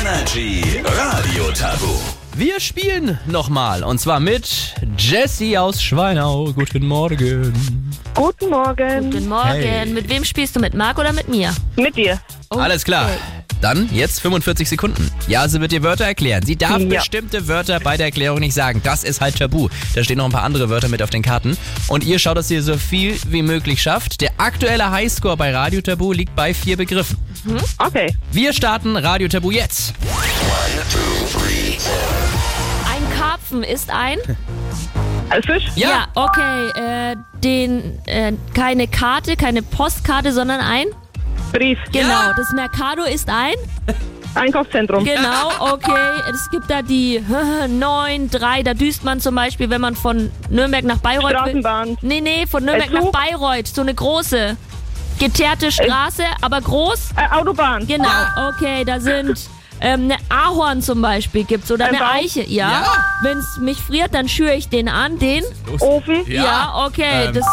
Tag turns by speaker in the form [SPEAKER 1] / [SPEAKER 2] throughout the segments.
[SPEAKER 1] Energy Radio Tabu.
[SPEAKER 2] Wir spielen nochmal und zwar mit Jessie aus Schweinau. Guten Morgen.
[SPEAKER 3] Guten Morgen.
[SPEAKER 4] Guten Morgen.
[SPEAKER 2] Hey.
[SPEAKER 4] Mit wem spielst du? Mit Marc oder mit mir?
[SPEAKER 3] Mit dir.
[SPEAKER 4] Oh,
[SPEAKER 2] Alles klar. Dann jetzt 45 Sekunden. Ja, sie wird dir Wörter erklären. Sie darf
[SPEAKER 3] Ja.
[SPEAKER 2] bestimmte Wörter bei der Erklärung nicht sagen. Das ist halt tabu. Da stehen noch ein paar andere Wörter mit auf den Karten. Und ihr schaut, dass ihr so viel wie möglich schafft. Der aktuelle Highscore bei Radio Tabu liegt bei vier Begriffen.
[SPEAKER 3] Okay.
[SPEAKER 2] Wir starten Radio Tabu jetzt.
[SPEAKER 4] Ein Karpfen ist ein.
[SPEAKER 3] Äh, Fisch?
[SPEAKER 2] Ja.
[SPEAKER 4] okay. Äh, den äh, keine Karte, keine Postkarte, sondern ein.
[SPEAKER 3] Brief.
[SPEAKER 4] Genau. Das Mercado ist ein.
[SPEAKER 3] Einkaufszentrum.
[SPEAKER 4] Genau. Okay. Es gibt da die 9, 3. Da düst man zum Beispiel, wenn man von Nürnberg nach Bayreuth. will.
[SPEAKER 3] Straßenbahn.
[SPEAKER 4] Nee, nee, von Nürnberg
[SPEAKER 3] Ein
[SPEAKER 4] nach
[SPEAKER 3] Zug?
[SPEAKER 4] Bayreuth. So eine große. Geteerte Straße, aber groß.
[SPEAKER 3] Äh, Autobahn.
[SPEAKER 4] Genau,
[SPEAKER 3] Ah.
[SPEAKER 4] okay, da sind ähm, eine Ahorn zum Beispiel gibt's oder
[SPEAKER 3] Ein
[SPEAKER 4] eine
[SPEAKER 3] Baum?
[SPEAKER 4] Eiche, ja.
[SPEAKER 2] Ja.
[SPEAKER 4] Wenn's mich friert, dann schüre ich den an, den.
[SPEAKER 3] Ofen.
[SPEAKER 4] Ja, okay,
[SPEAKER 2] Ähm.
[SPEAKER 4] das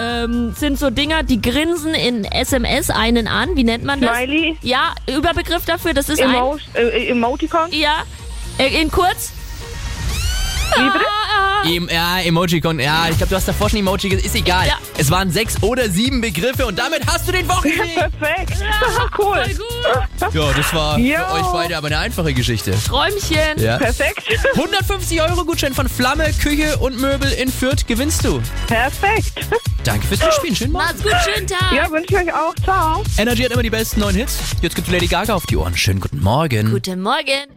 [SPEAKER 4] ähm, sind so Dinger, die grinsen in SMS einen an. Wie nennt man das?
[SPEAKER 3] Smiley.
[SPEAKER 4] Ja, Überbegriff dafür, das ist
[SPEAKER 3] Emo äh, Emoticon.
[SPEAKER 4] ein. Ja, äh, in kurz.
[SPEAKER 2] Em ja, Emojicon. Ja, ich glaube, du hast davor schon Emoji gesagt. Ist egal.
[SPEAKER 4] Ja.
[SPEAKER 2] Es waren sechs oder sieben Begriffe und damit hast du den Wochenweg.
[SPEAKER 3] Perfekt. cool. Ah.
[SPEAKER 4] Voll gut.
[SPEAKER 2] ja, das war
[SPEAKER 3] Jo.
[SPEAKER 2] für euch beide aber eine einfache Geschichte.
[SPEAKER 4] Träumchen.
[SPEAKER 2] Ja.
[SPEAKER 3] Perfekt.
[SPEAKER 2] 150 Euro Gutschein von Flamme, Küche und Möbel in Fürth gewinnst du.
[SPEAKER 3] Perfekt.
[SPEAKER 2] Danke fürs Mitspielen. Schönen Morgen.
[SPEAKER 4] Macht's gut, schönen Tag.
[SPEAKER 3] Ja, wünsche ich euch auch. Ciao.
[SPEAKER 2] Energy hat immer die besten neuen Hits. Jetzt gibt's Lady Gaga auf die Ohren. Schönen guten Morgen.
[SPEAKER 4] Guten Morgen.